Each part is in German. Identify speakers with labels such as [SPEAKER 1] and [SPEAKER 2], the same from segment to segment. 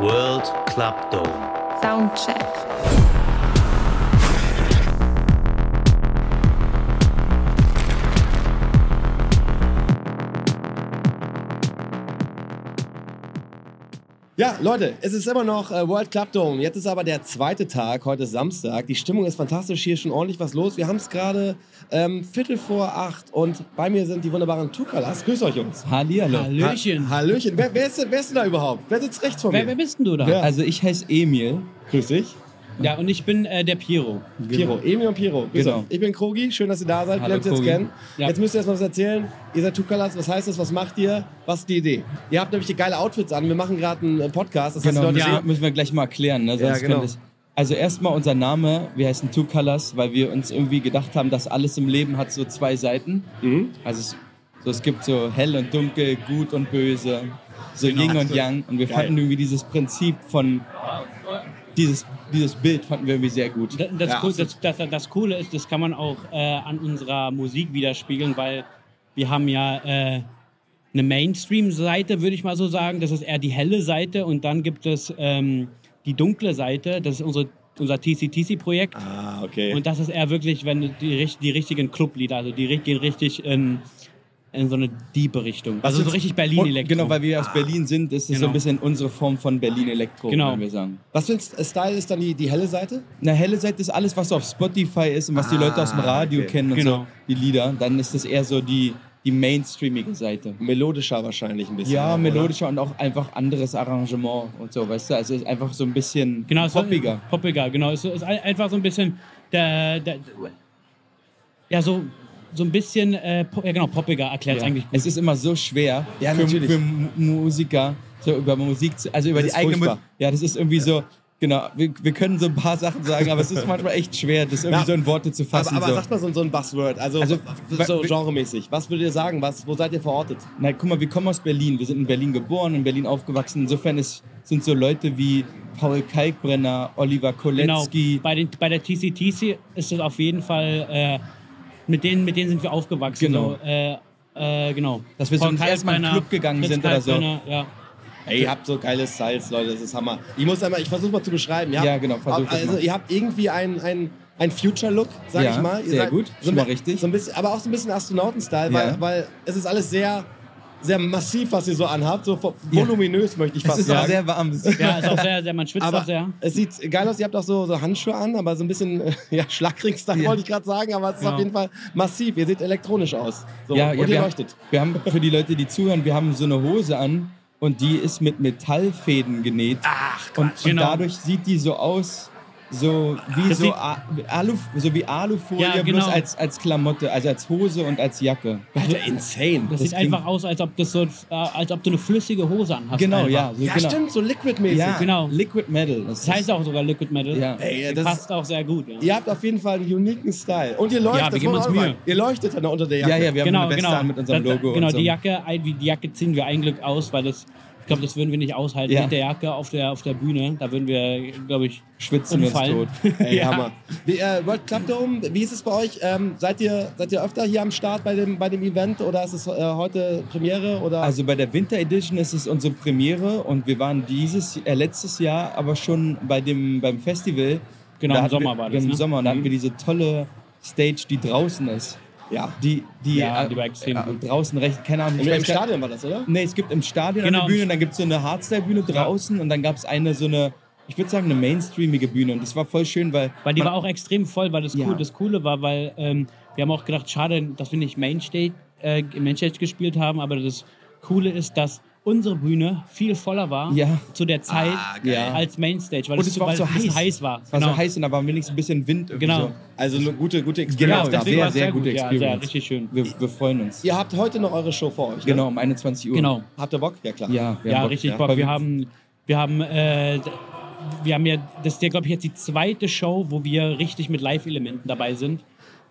[SPEAKER 1] World Club Dome.
[SPEAKER 2] Soundcheck.
[SPEAKER 3] Ja, Leute, es ist immer noch äh, World Club Dome. Jetzt ist aber der zweite Tag, heute ist Samstag. Die Stimmung ist fantastisch, hier ist schon ordentlich was los. Wir haben es gerade ähm, Viertel vor acht und bei mir sind die wunderbaren Tukalas. Grüß euch, Jungs.
[SPEAKER 4] Hallihallo.
[SPEAKER 5] Hallöchen.
[SPEAKER 3] Ha Hallöchen. Wer, wer, ist, denn- wer ist denn da überhaupt? Wer sitzt rechts von
[SPEAKER 5] Wer, wer
[SPEAKER 3] mir?
[SPEAKER 5] bist denn du da?
[SPEAKER 3] Wer?
[SPEAKER 4] Also ich heiße Emil.
[SPEAKER 3] Grüß dich.
[SPEAKER 5] Ja, und ich bin äh, der Piro.
[SPEAKER 3] Piro, Emil und Piro. Grüß
[SPEAKER 4] Genau.
[SPEAKER 3] euch. Ich bin Krogi, schön, dass ihr da seid. Wir
[SPEAKER 4] Hallo,
[SPEAKER 3] lernen uns jetzt
[SPEAKER 4] Krogi.
[SPEAKER 3] kennen.
[SPEAKER 5] Ja.
[SPEAKER 3] Jetzt müsst ihr erst mal was erzählen. Ihr seid Tukalas, was heißt das? Was macht ihr? Was ist die Idee? Ihr habt nämlich hier geile Outfits an. Wir machen gerade einen äh, Podcast. Das heißt,
[SPEAKER 4] Genau,
[SPEAKER 3] die Leute
[SPEAKER 4] müssen, wir-
[SPEAKER 3] sehen-
[SPEAKER 4] müssen wir gleich mal erklären. Ne?
[SPEAKER 3] Ja,
[SPEAKER 4] Sonst
[SPEAKER 3] genau.
[SPEAKER 4] könnte ich- also erstmal unser Name, wir heißen Two Colors, weil wir uns irgendwie gedacht haben, dass alles im Leben hat so zwei Seiten.
[SPEAKER 3] Mhm.
[SPEAKER 4] Also es, so, es gibt so hell und dunkel, gut und böse, so
[SPEAKER 3] Genau,
[SPEAKER 4] Yin und Yang. Und wir fanden irgendwie dieses Prinzip von, dieses, dieses Bild fanden wir irgendwie sehr gut.
[SPEAKER 5] Das, das,
[SPEAKER 3] Ja,
[SPEAKER 5] cool, das, das, das Coole ist, das kann man auch äh, an unserer Musik widerspiegeln, weil wir haben ja äh, eine Mainstream-Seite, würde ich mal so sagen. Das ist eher die helle Seite und dann gibt es ähm, die dunkle Seite. Das ist unsere, unser TCTC-Projekt.
[SPEAKER 3] Ah, okay.
[SPEAKER 5] Und das ist eher wirklich, wenn du die, richt- die richtigen Clublieder, also die ri- gehen richtig in, in so eine diepe Richtung. Also so richtig
[SPEAKER 4] Und,
[SPEAKER 5] Berlin-Elektro.
[SPEAKER 4] genau, weil wir
[SPEAKER 3] Ah.
[SPEAKER 4] aus Berlin sind, ist es so
[SPEAKER 5] Genau.
[SPEAKER 4] ein bisschen unsere Form von Berlin Elektro,
[SPEAKER 5] Genau.
[SPEAKER 4] würden wir sagen.
[SPEAKER 3] was für ein Style ist dann die, die helle Seite?
[SPEAKER 4] Na, helle Seite ist alles, was so auf Spotify ist und was die
[SPEAKER 3] Ah,
[SPEAKER 4] Leute aus dem Radio
[SPEAKER 3] okay.
[SPEAKER 4] kennen und
[SPEAKER 5] Genau.
[SPEAKER 4] so, die Lieder. Dann ist das eher so die, die mainstreamige Seite.
[SPEAKER 3] Melodischer wahrscheinlich ein bisschen.
[SPEAKER 4] Ja,
[SPEAKER 3] oder?
[SPEAKER 4] melodischer und auch einfach anderes Arrangement und so, weißt du? Also ist einfach so ein bisschen
[SPEAKER 5] Genau, es war-
[SPEAKER 4] poppiger.
[SPEAKER 5] Poppiger, genau. Es ist ein- einfach so ein bisschen der, der ja so so ein bisschen äh, po- ja genau poppiger erklärt
[SPEAKER 4] Ja.
[SPEAKER 5] eigentlich.
[SPEAKER 4] Es ist immer so schwer
[SPEAKER 3] Ja,
[SPEAKER 4] für,
[SPEAKER 3] natürlich.
[SPEAKER 4] für M- Musiker, so über Musik, zu, also über
[SPEAKER 3] Das
[SPEAKER 4] die
[SPEAKER 3] ist
[SPEAKER 4] eigene Musik.
[SPEAKER 3] furchtbar.
[SPEAKER 4] Ja, das ist irgendwie so, genau, wir, wir können so ein paar Sachen sagen, aber es ist manchmal echt schwer, das irgendwie
[SPEAKER 3] Ja.
[SPEAKER 4] so in Worte zu fassen.
[SPEAKER 3] Aber, aber
[SPEAKER 4] so.
[SPEAKER 3] sag mal so, so ein Buzzword, also,
[SPEAKER 4] Also,
[SPEAKER 3] w- so
[SPEAKER 4] w-
[SPEAKER 3] genremäßig. Was würdet ihr sagen? Was, wo seid ihr verortet?
[SPEAKER 4] Na, guck mal, wir kommen aus Berlin. Wir sind in Berlin geboren, in Berlin aufgewachsen. Insofern ist, sind so Leute wie Paul Kalkbrenner, Oliver
[SPEAKER 5] Genau.
[SPEAKER 4] Koletzki.
[SPEAKER 5] Bei den bei der TCTC ist es auf jeden Fall äh, mit denen mit denen sind wir aufgewachsen.
[SPEAKER 4] Genau.
[SPEAKER 5] So, äh, äh, genau.
[SPEAKER 4] Dass wir so
[SPEAKER 5] Von
[SPEAKER 4] zum ersten Mal in den
[SPEAKER 5] Kalkbrenner,
[SPEAKER 4] Club gegangen
[SPEAKER 5] Fritz
[SPEAKER 4] sind oder so.
[SPEAKER 5] Kalkbrenner, Ja.
[SPEAKER 3] Ey, ihr habt so geile Styles, Leute, das ist Hammer. Ich muss einmal, ich versuche mal zu beschreiben. Ihr habt,
[SPEAKER 4] Ja, genau, versuch das
[SPEAKER 3] Also
[SPEAKER 4] mal.
[SPEAKER 3] ihr habt irgendwie einen, einen, einen Future-Look, sag
[SPEAKER 4] Ja,
[SPEAKER 3] ich mal. Ihr
[SPEAKER 4] sehr
[SPEAKER 3] seid
[SPEAKER 4] gut,
[SPEAKER 3] So
[SPEAKER 4] schon
[SPEAKER 3] ein,
[SPEAKER 4] mal richtig.
[SPEAKER 3] So ein bisschen, aber auch so ein bisschen Astronauten-Style, weil,
[SPEAKER 4] Ja.
[SPEAKER 3] weil es ist alles sehr, sehr massiv, was ihr so anhabt. So vo- voluminös, möchte ich
[SPEAKER 4] Es
[SPEAKER 3] fast
[SPEAKER 4] ist auch
[SPEAKER 3] sagen.
[SPEAKER 4] sehr warm.
[SPEAKER 5] ja, ist auch sehr sehr man schwitzt
[SPEAKER 3] aber
[SPEAKER 5] auch sehr.
[SPEAKER 3] es sieht geil aus, ihr habt auch so, so Handschuhe an, aber so ein bisschen äh, ja, Schlagringstyle
[SPEAKER 4] Ja.
[SPEAKER 3] wollte ich gerade sagen, aber es ist
[SPEAKER 5] Genau.
[SPEAKER 3] auf jeden Fall massiv. Ihr seht elektronisch aus. So,
[SPEAKER 4] Ja,
[SPEAKER 3] und
[SPEAKER 4] ja,
[SPEAKER 3] ihr
[SPEAKER 4] wir,
[SPEAKER 3] leuchtet.
[SPEAKER 4] wir haben für die Leute, die zuhören, wir haben so eine Hose an und die ist mit Metallfäden genäht. Ach, und, und
[SPEAKER 5] Genau.
[SPEAKER 4] dadurch sieht die so aus, so wie
[SPEAKER 5] Das
[SPEAKER 4] so,
[SPEAKER 5] sieht-
[SPEAKER 4] A- Alu, so wie Alufolie,
[SPEAKER 5] Ja, genau. Also
[SPEAKER 4] bloß als, als Klamotte, also als Hose und als Jacke.
[SPEAKER 3] Alter, insane.
[SPEAKER 4] das
[SPEAKER 5] Das, sieht
[SPEAKER 4] klingt-
[SPEAKER 5] einfach aus, als ob das so äh, als ob du eine flüssige Hose anhast.
[SPEAKER 4] Genau,
[SPEAKER 5] einfach.
[SPEAKER 4] ja. So,
[SPEAKER 3] ja,
[SPEAKER 4] genau.
[SPEAKER 3] stimmt, so liquid-mäßig.
[SPEAKER 4] Ja,
[SPEAKER 5] Genau.
[SPEAKER 4] Liquid Metal.
[SPEAKER 5] Das heißt auch sogar Liquid Metal.
[SPEAKER 4] Ja.
[SPEAKER 3] Ey, das
[SPEAKER 5] passt auch sehr gut. Ja.
[SPEAKER 3] Ihr habt auf jeden Fall einen uniken Style. Und ihr leuchtet,
[SPEAKER 5] Ja, wir
[SPEAKER 3] das
[SPEAKER 5] geben
[SPEAKER 3] muss man
[SPEAKER 5] uns
[SPEAKER 3] auch
[SPEAKER 5] Mühe.
[SPEAKER 3] sagen. Ihr leuchtet dann unter der Jacke.
[SPEAKER 4] Ja, ja, wir haben
[SPEAKER 5] genau,
[SPEAKER 4] eine Weste
[SPEAKER 5] genau.
[SPEAKER 4] an mit unserem
[SPEAKER 5] Das-
[SPEAKER 4] Logo.
[SPEAKER 5] Genau,
[SPEAKER 4] und so.
[SPEAKER 5] die Jacke, ein- die Jacke ziehen wir ein Glück aus, weil das, ich glaube, das würden wir nicht aushalten
[SPEAKER 4] Ja.
[SPEAKER 5] mit der Jacke auf der, auf der Bühne. Da würden wir, glaube ich,
[SPEAKER 4] Schwitzen wir uns
[SPEAKER 5] umfallen.
[SPEAKER 4] tot.
[SPEAKER 3] Ey, Hammer. Wie, äh, World Club Dome, wie ist es bei euch? Ähm, seid, ihr, seid ihr öfter hier am Start bei dem, bei dem Event oder ist es äh, heute Premiere? Oder?
[SPEAKER 4] Also bei der Winter Edition ist es unsere Premiere und wir waren dieses, äh, letztes Jahr aber schon bei dem, beim Festival.
[SPEAKER 5] Genau,
[SPEAKER 4] Da
[SPEAKER 5] im
[SPEAKER 4] hatten
[SPEAKER 5] Sommer
[SPEAKER 4] wir,
[SPEAKER 5] war das,
[SPEAKER 4] Im
[SPEAKER 5] ne?
[SPEAKER 4] Sommer, und da hatten
[SPEAKER 5] Mhm.
[SPEAKER 4] wir diese tolle Stage, die draußen ist.
[SPEAKER 3] ja.
[SPEAKER 4] Die, die,
[SPEAKER 5] Ja,
[SPEAKER 4] äh,
[SPEAKER 5] die war extrem
[SPEAKER 4] äh,
[SPEAKER 5] gut.
[SPEAKER 4] Draußen recht, keine Ahnung. ich
[SPEAKER 3] Im,
[SPEAKER 4] weiß
[SPEAKER 3] Im
[SPEAKER 4] gar-
[SPEAKER 3] Stadion war das, oder?
[SPEAKER 4] Nee, es gibt im Stadion
[SPEAKER 5] Genau,
[SPEAKER 4] eine
[SPEAKER 5] im
[SPEAKER 4] Bühne, dann gibt es so eine Hardstyle-Bühne draußen und dann gab es eine so eine, ich würde sagen, eine mainstreamige Bühne. Und das war voll schön, weil.
[SPEAKER 5] Weil die
[SPEAKER 4] man-
[SPEAKER 5] war auch extrem voll, weil das,
[SPEAKER 4] Ja.
[SPEAKER 5] cool, das Coole war, weil ähm, wir haben auch gedacht, schade, dass wir nicht Mainstage, äh, Mainstage gespielt haben, aber das Coole ist, dass unsere Bühne viel voller war
[SPEAKER 4] Ja.
[SPEAKER 5] zu der Zeit
[SPEAKER 4] Ja.
[SPEAKER 5] als Mainstage, weil
[SPEAKER 4] Und
[SPEAKER 5] es,
[SPEAKER 4] es war auch
[SPEAKER 5] weil
[SPEAKER 4] so
[SPEAKER 5] ein bisschen
[SPEAKER 4] heiß.
[SPEAKER 5] heiß Genau. war.
[SPEAKER 4] Es war so heiß und da war wenigstens ein bisschen Wind. irgendwie
[SPEAKER 5] Genau.
[SPEAKER 4] So.
[SPEAKER 3] Also eine gute, gute
[SPEAKER 4] Genau,
[SPEAKER 3] Experience.
[SPEAKER 5] deswegen
[SPEAKER 3] gehabt.
[SPEAKER 4] das sehr,
[SPEAKER 5] war es
[SPEAKER 4] sehr gute
[SPEAKER 5] Ja, sehr,
[SPEAKER 4] Experience.
[SPEAKER 5] richtig schön.
[SPEAKER 4] Wir, wir freuen uns.
[SPEAKER 3] Ihr habt heute noch eure Show vor euch. Ne?
[SPEAKER 4] Genau, um 21 Uhr.
[SPEAKER 5] Genau.
[SPEAKER 3] Habt ihr Bock? Ja, klar.
[SPEAKER 4] Ja, wir
[SPEAKER 5] Ja,
[SPEAKER 4] haben Bock.
[SPEAKER 5] richtig
[SPEAKER 4] Ja.
[SPEAKER 5] Bock.
[SPEAKER 4] Weil
[SPEAKER 5] Wir haben, wir haben, äh, d- wir haben ja, das ist ja, glaube ich, jetzt die zweite Show, wo wir richtig mit Live-Elementen dabei sind.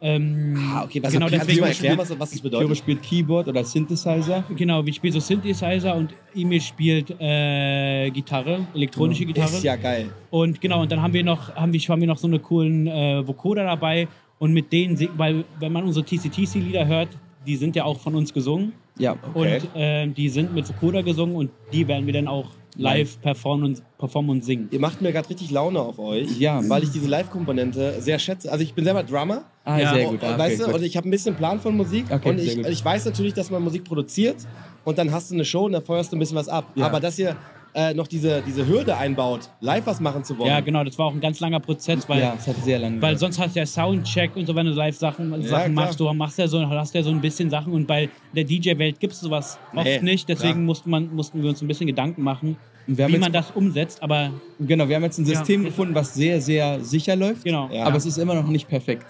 [SPEAKER 5] Ähm,
[SPEAKER 3] Ah, okay, was
[SPEAKER 5] Genau,
[SPEAKER 3] genau, kannst du
[SPEAKER 5] deswegen
[SPEAKER 3] mal erklären, was, was das
[SPEAKER 4] Chöre
[SPEAKER 3] bedeutet?
[SPEAKER 4] spielt Keyboard oder Synthesizer.
[SPEAKER 5] genau, ich spiele so Synthesizer und Emil spielt äh, Gitarre, elektronische
[SPEAKER 4] Mhm.
[SPEAKER 5] Gitarre.
[SPEAKER 3] Ist ja geil.
[SPEAKER 5] Und genau, und dann haben wir noch, haben wir, haben wir noch so eine coolen äh, Vocoder dabei. Und mit denen, sing- weil wenn man unsere TCTC-Lieder hört, die sind ja auch von uns gesungen.
[SPEAKER 4] Ja.
[SPEAKER 3] Okay.
[SPEAKER 5] Und ähm, die sind mit Vocoder gesungen und die werden wir dann auch live performen und, performen und singen.
[SPEAKER 3] Ihr macht mir gerade richtig Laune auf euch,
[SPEAKER 4] Ja.
[SPEAKER 3] weil ich diese Live-Komponente sehr schätze. Also ich bin selber Drummer,
[SPEAKER 4] Ah,
[SPEAKER 5] Ja.
[SPEAKER 4] sehr
[SPEAKER 3] oh,
[SPEAKER 4] gut.
[SPEAKER 3] äh,
[SPEAKER 4] Ah,
[SPEAKER 3] weißt du,
[SPEAKER 4] gut.
[SPEAKER 3] und ich habe ein bisschen Plan von Musik
[SPEAKER 4] Okay,
[SPEAKER 3] und
[SPEAKER 4] sehr
[SPEAKER 3] ich,
[SPEAKER 4] gut.
[SPEAKER 3] ich weiß natürlich, dass man Musik produziert und dann hast du eine Show und dann feuerst du ein bisschen was ab.
[SPEAKER 4] Ja.
[SPEAKER 3] Aber dass ihr äh, noch diese, diese Hürde einbaut, live was machen zu wollen.
[SPEAKER 5] Ja, genau, das war auch ein ganz langer Prozess, weil,
[SPEAKER 4] ja, es hat sehr lange
[SPEAKER 5] weil
[SPEAKER 4] gedauert.
[SPEAKER 5] sonst hast du ja Soundcheck und so, wenn du Live-Sachen
[SPEAKER 3] klar.
[SPEAKER 5] Sachen machst, du machst ja so, hast ja so ein bisschen Sachen und bei der DJ-Welt gibt es sowas
[SPEAKER 3] Nee,
[SPEAKER 5] oft nicht, deswegen
[SPEAKER 3] klar.
[SPEAKER 5] musste man, mussten wir uns ein bisschen Gedanken machen,
[SPEAKER 4] Und wir haben
[SPEAKER 5] wie
[SPEAKER 4] jetzt-
[SPEAKER 5] man das umsetzt, aber
[SPEAKER 4] Genau, wir haben jetzt ein
[SPEAKER 5] Ja.
[SPEAKER 4] System gefunden, was sehr, sehr sicher läuft.
[SPEAKER 5] Genau.
[SPEAKER 3] Ja.
[SPEAKER 4] Aber es ist immer noch nicht perfekt.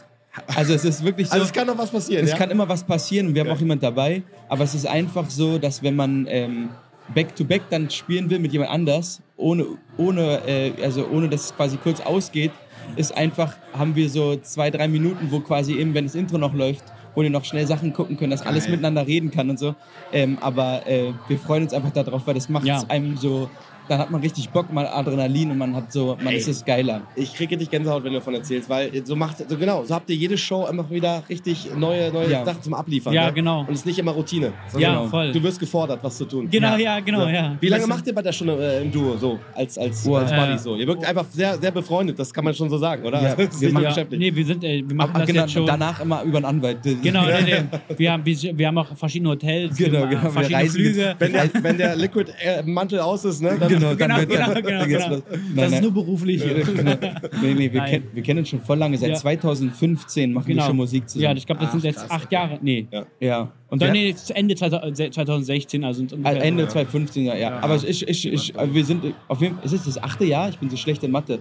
[SPEAKER 4] Also es ist wirklich so.
[SPEAKER 3] Also es kann noch was passieren.
[SPEAKER 4] Es
[SPEAKER 3] ja?
[SPEAKER 4] kann immer was passieren und wir haben
[SPEAKER 3] Ja.
[SPEAKER 4] auch jemand dabei. Aber es ist einfach so, dass wenn man ähm, Back-to-Back dann spielen will mit jemand anders, ohne, ohne, äh, also ohne dass es quasi kurz ausgeht, ist einfach, haben wir so zwei, drei Minuten, wo quasi eben, wenn das Intro noch läuft, wo wir noch schnell Sachen gucken können, dass alles
[SPEAKER 3] Geil.
[SPEAKER 4] miteinander reden kann und so. Ähm, aber äh, wir freuen uns einfach darauf, weil das macht
[SPEAKER 5] Ja.
[SPEAKER 4] es einem so, dann hat man richtig Bock, mal Adrenalin und man hat so, man
[SPEAKER 3] Ey.
[SPEAKER 4] ist es geiler.
[SPEAKER 3] Ich kriege dich Gänsehaut, wenn du davon erzählst, weil so macht, so genau, so habt ihr jede Show immer wieder richtig neue, neue
[SPEAKER 4] Ja.
[SPEAKER 3] Sachen zum Abliefern.
[SPEAKER 5] Ja,
[SPEAKER 3] ne?
[SPEAKER 5] genau.
[SPEAKER 3] Und es ist nicht immer Routine.
[SPEAKER 5] ja,
[SPEAKER 4] genau.
[SPEAKER 5] voll.
[SPEAKER 3] Du wirst gefordert, was zu tun.
[SPEAKER 5] Genau, ja, genau, ja.
[SPEAKER 3] Ne? Wie lange macht ihr bei der Stunde äh, im Duo so als als,
[SPEAKER 4] Boah.
[SPEAKER 3] als Buddy
[SPEAKER 5] Äh,
[SPEAKER 3] so? Ihr wirkt einfach sehr sehr befreundet, das kann man schon so sagen, oder?
[SPEAKER 4] Ja,
[SPEAKER 3] Also, das ist
[SPEAKER 4] wir
[SPEAKER 3] nicht
[SPEAKER 4] machen-
[SPEAKER 3] mal
[SPEAKER 5] ja,
[SPEAKER 3] beschäftigt.
[SPEAKER 5] nee, wir sind, äh, wir machen
[SPEAKER 4] Aber
[SPEAKER 5] das
[SPEAKER 4] genau,
[SPEAKER 5] jetzt schon.
[SPEAKER 4] danach immer über einen Anwalt.
[SPEAKER 5] Genau, nee, nee. Wir, haben, wir, wir haben auch verschiedene Hotels,
[SPEAKER 4] Genau,
[SPEAKER 5] wir
[SPEAKER 4] genau, wir
[SPEAKER 5] haben verschiedene
[SPEAKER 4] reisen jetzt-
[SPEAKER 5] Flüge.
[SPEAKER 3] Wenn der, wenn der Liquid äh, Mantel aus ist, ne? Dann
[SPEAKER 4] Genau, dann
[SPEAKER 5] Genau,
[SPEAKER 4] wird
[SPEAKER 5] genau,
[SPEAKER 4] dann-
[SPEAKER 5] genau,
[SPEAKER 4] dann geht's
[SPEAKER 5] genau.
[SPEAKER 4] los. Nein,
[SPEAKER 5] Das ist
[SPEAKER 4] nein. Genau.
[SPEAKER 5] nur beruflich hier.
[SPEAKER 4] Nee, nee, wir,
[SPEAKER 5] Nein.
[SPEAKER 4] kennen- wir kennen uns schon voll lange. Seit
[SPEAKER 5] Ja.
[SPEAKER 4] 2015 machen wir schon Musik
[SPEAKER 5] Genau. Ja,
[SPEAKER 4] zusammen.
[SPEAKER 5] ich glaube, das sind jetzt acht Jahre. Nee.
[SPEAKER 3] Ja.
[SPEAKER 4] Ja, und
[SPEAKER 5] Sondern
[SPEAKER 4] wir-
[SPEAKER 5] nee, das Ende 2000 2016, also sind
[SPEAKER 4] Al-
[SPEAKER 5] ungefähr-
[SPEAKER 4] Ende 2015, ja. ja. Aber ich, ich, ich, aber wir sind auf jeden Fall, ist es das achte Jahr? Ich bin so schlecht in Mathe.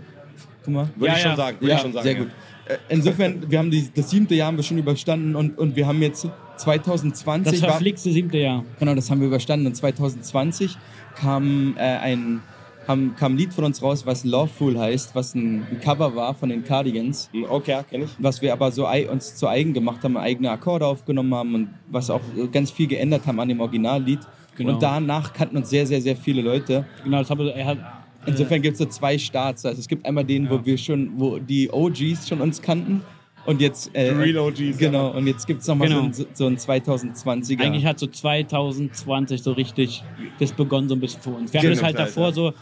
[SPEAKER 4] Guck mal.
[SPEAKER 3] würde ich
[SPEAKER 5] Ja,
[SPEAKER 3] schon
[SPEAKER 5] ja.
[SPEAKER 3] sagen, würde ich schon sagen.
[SPEAKER 4] sehr
[SPEAKER 3] ja.
[SPEAKER 4] gut. Äh, Insofern, wir haben die, das siebte Jahr haben wir schon überstanden und, und wir haben jetzt 2020
[SPEAKER 5] das
[SPEAKER 4] war,
[SPEAKER 5] verflixte siebte Jahr.
[SPEAKER 4] Genau, das haben wir überstanden. Und 2020 kam äh, ein haben, kam ein Lied von uns raus, was Loveful heißt, was ein, ein Cover war von den Cardigans,
[SPEAKER 3] Hm, Okay, ja, kenn ich.
[SPEAKER 4] was wir aber so ei, uns zu eigen gemacht haben, eigene Akkorde aufgenommen haben und was auch ganz viel geändert haben an dem Originallied.
[SPEAKER 5] Genau.
[SPEAKER 4] Und danach kannten uns sehr, sehr, sehr viele Leute.
[SPEAKER 5] Genau, das habe er hat.
[SPEAKER 4] Insofern gibt es so zwei Starts. Also es gibt einmal den, wo wir schon, wo die OGs schon uns kannten und jetzt äh,
[SPEAKER 3] Real OGs,
[SPEAKER 4] Genau. Und jetzt gibt es nochmal
[SPEAKER 5] Genau.
[SPEAKER 4] so, ein- so ein 2020er.
[SPEAKER 5] Eigentlich hat so 2020 so richtig das begonnen, so ein bisschen für uns. Wir haben
[SPEAKER 3] Genau,
[SPEAKER 5] das halt
[SPEAKER 3] klar,
[SPEAKER 5] davor so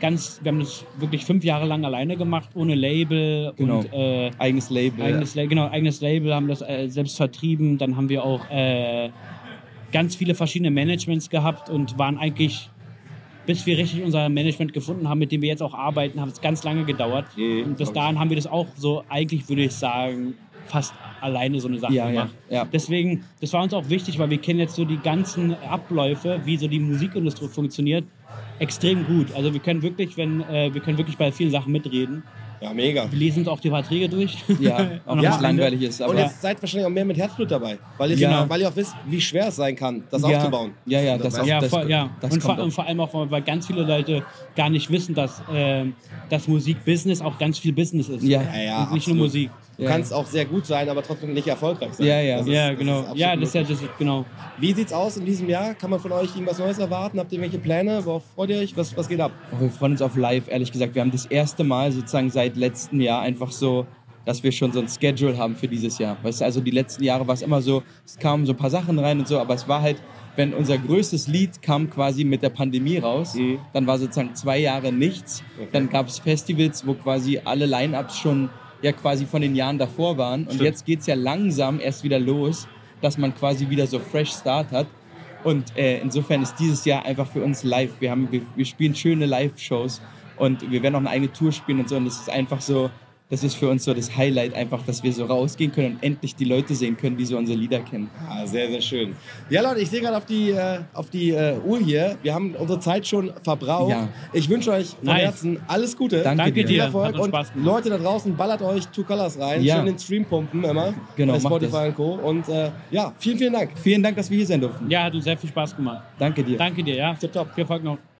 [SPEAKER 5] ganz, wir haben das wirklich fünf Jahre lang alleine gemacht, ohne Label
[SPEAKER 4] Genau.
[SPEAKER 5] und äh,
[SPEAKER 4] eigenes Label.
[SPEAKER 5] Eigenes, La- genau, eigenes Label, haben das äh, selbst vertrieben. Dann haben wir auch äh, ganz viele verschiedene Managements gehabt und waren eigentlich, bis wir richtig unser Management gefunden haben, mit dem wir jetzt auch arbeiten, hat es ganz lange gedauert. Und bis dahin haben wir das auch so, eigentlich würde ich sagen, fast alleine so eine Sache
[SPEAKER 4] ja, ja,
[SPEAKER 5] gemacht.
[SPEAKER 4] ja.
[SPEAKER 5] Deswegen, das war uns auch wichtig, weil wir kennen jetzt so die ganzen Abläufe, wie so die Musikindustrie funktioniert, extrem gut. Also wir können wirklich, wenn äh, wir können wirklich bei vielen Sachen mitreden.
[SPEAKER 3] Ja, mega.
[SPEAKER 5] Wir lesen uns auch die Verträge durch.
[SPEAKER 4] Ja, auch wenn
[SPEAKER 5] Und am
[SPEAKER 4] es
[SPEAKER 5] Ende-
[SPEAKER 4] langweilig ist. Aber
[SPEAKER 3] Und jetzt seid wahrscheinlich auch mehr mit Herzblut dabei, weil ihr, genau,
[SPEAKER 4] Ja.
[SPEAKER 3] weil ihr auch wisst, wie schwer es sein kann, das
[SPEAKER 4] ja,
[SPEAKER 3] aufzubauen.
[SPEAKER 4] Ja, ja, das, auch,
[SPEAKER 5] Ja,
[SPEAKER 4] Also das,
[SPEAKER 5] voll, ja.
[SPEAKER 4] das
[SPEAKER 5] und,
[SPEAKER 4] kommt
[SPEAKER 5] vor, und
[SPEAKER 4] auch.
[SPEAKER 5] vor allem auch, weil ganz viele Leute gar nicht wissen, dass ähm, das Musikbusiness auch ganz viel Business ist.
[SPEAKER 4] Ja,
[SPEAKER 3] Ja, ja,
[SPEAKER 5] und nicht
[SPEAKER 3] absolut.
[SPEAKER 5] nur Musik.
[SPEAKER 3] Du
[SPEAKER 4] Ja.
[SPEAKER 3] kannst auch sehr gut sein, aber trotzdem nicht erfolgreich sein.
[SPEAKER 4] Ja, ja.
[SPEAKER 3] Das ist-
[SPEAKER 5] ja,
[SPEAKER 3] das
[SPEAKER 5] genau.
[SPEAKER 3] ist absolut
[SPEAKER 5] ja, das ist ja, das ist, genau.
[SPEAKER 3] Wie sieht's aus in diesem Jahr? Kann man von euch irgendwas Neues erwarten? Habt ihr welche Pläne? Worauf freut ihr euch? Was, was geht ab?
[SPEAKER 4] Oh, wir freuen uns auf live, ehrlich gesagt. Wir haben das erste Mal sozusagen seit letztem Jahr einfach so, dass wir schon so ein Schedule haben für dieses Jahr. Weißt du, also die letzten Jahre war es immer so, es kamen so ein paar Sachen rein und so, aber es war halt, wenn unser größtes Lied kam quasi mit der Pandemie raus,
[SPEAKER 3] Mhm.
[SPEAKER 4] dann war sozusagen zwei Jahre nichts.
[SPEAKER 3] Okay.
[SPEAKER 4] Dann gab es Festivals, wo quasi alle Line-Ups schon ja quasi von den Jahren davor waren. Und jetzt geht es ja langsam erst wieder los, dass man quasi wieder so fresh Start hat. Und äh, insofern ist dieses Jahr einfach für uns live. Wir, haben, wir, wir spielen schöne Live-Shows und wir werden auch eine eigene Tour spielen und so. Und es ist einfach so, das das ist für uns so das Highlight einfach, dass wir so rausgehen können und endlich die Leute sehen können, die so unsere Lieder kennen.
[SPEAKER 3] Ah, sehr, sehr schön. Ja, Leute, ich sehe gerade auf die, äh, auf die äh, Uhr hier. Wir haben unsere Zeit schon verbraucht.
[SPEAKER 4] Ja.
[SPEAKER 3] Ich wünsche euch von
[SPEAKER 5] Nice.
[SPEAKER 3] Herzen alles Gute.
[SPEAKER 4] Danke Danke dir.
[SPEAKER 3] Viel
[SPEAKER 4] dir.
[SPEAKER 5] Hat
[SPEAKER 3] Erfolg.
[SPEAKER 5] uns
[SPEAKER 3] Und
[SPEAKER 5] Spaß gemacht.
[SPEAKER 3] Leute da draußen, ballert euch Two Colors rein.
[SPEAKER 4] Ja.
[SPEAKER 3] Schön den Stream pumpen immer.
[SPEAKER 4] Genau,
[SPEAKER 3] Bei
[SPEAKER 4] macht
[SPEAKER 3] Spotify
[SPEAKER 4] das.
[SPEAKER 3] und Co. Und äh, ja, vielen, vielen Dank.
[SPEAKER 4] Vielen Dank, dass wir hier sein durften.
[SPEAKER 5] Ja, hat uns sehr viel Spaß gemacht.
[SPEAKER 4] Danke dir.
[SPEAKER 5] Danke dir, ja.
[SPEAKER 3] Tipptopp.
[SPEAKER 5] Viel Erfolg noch.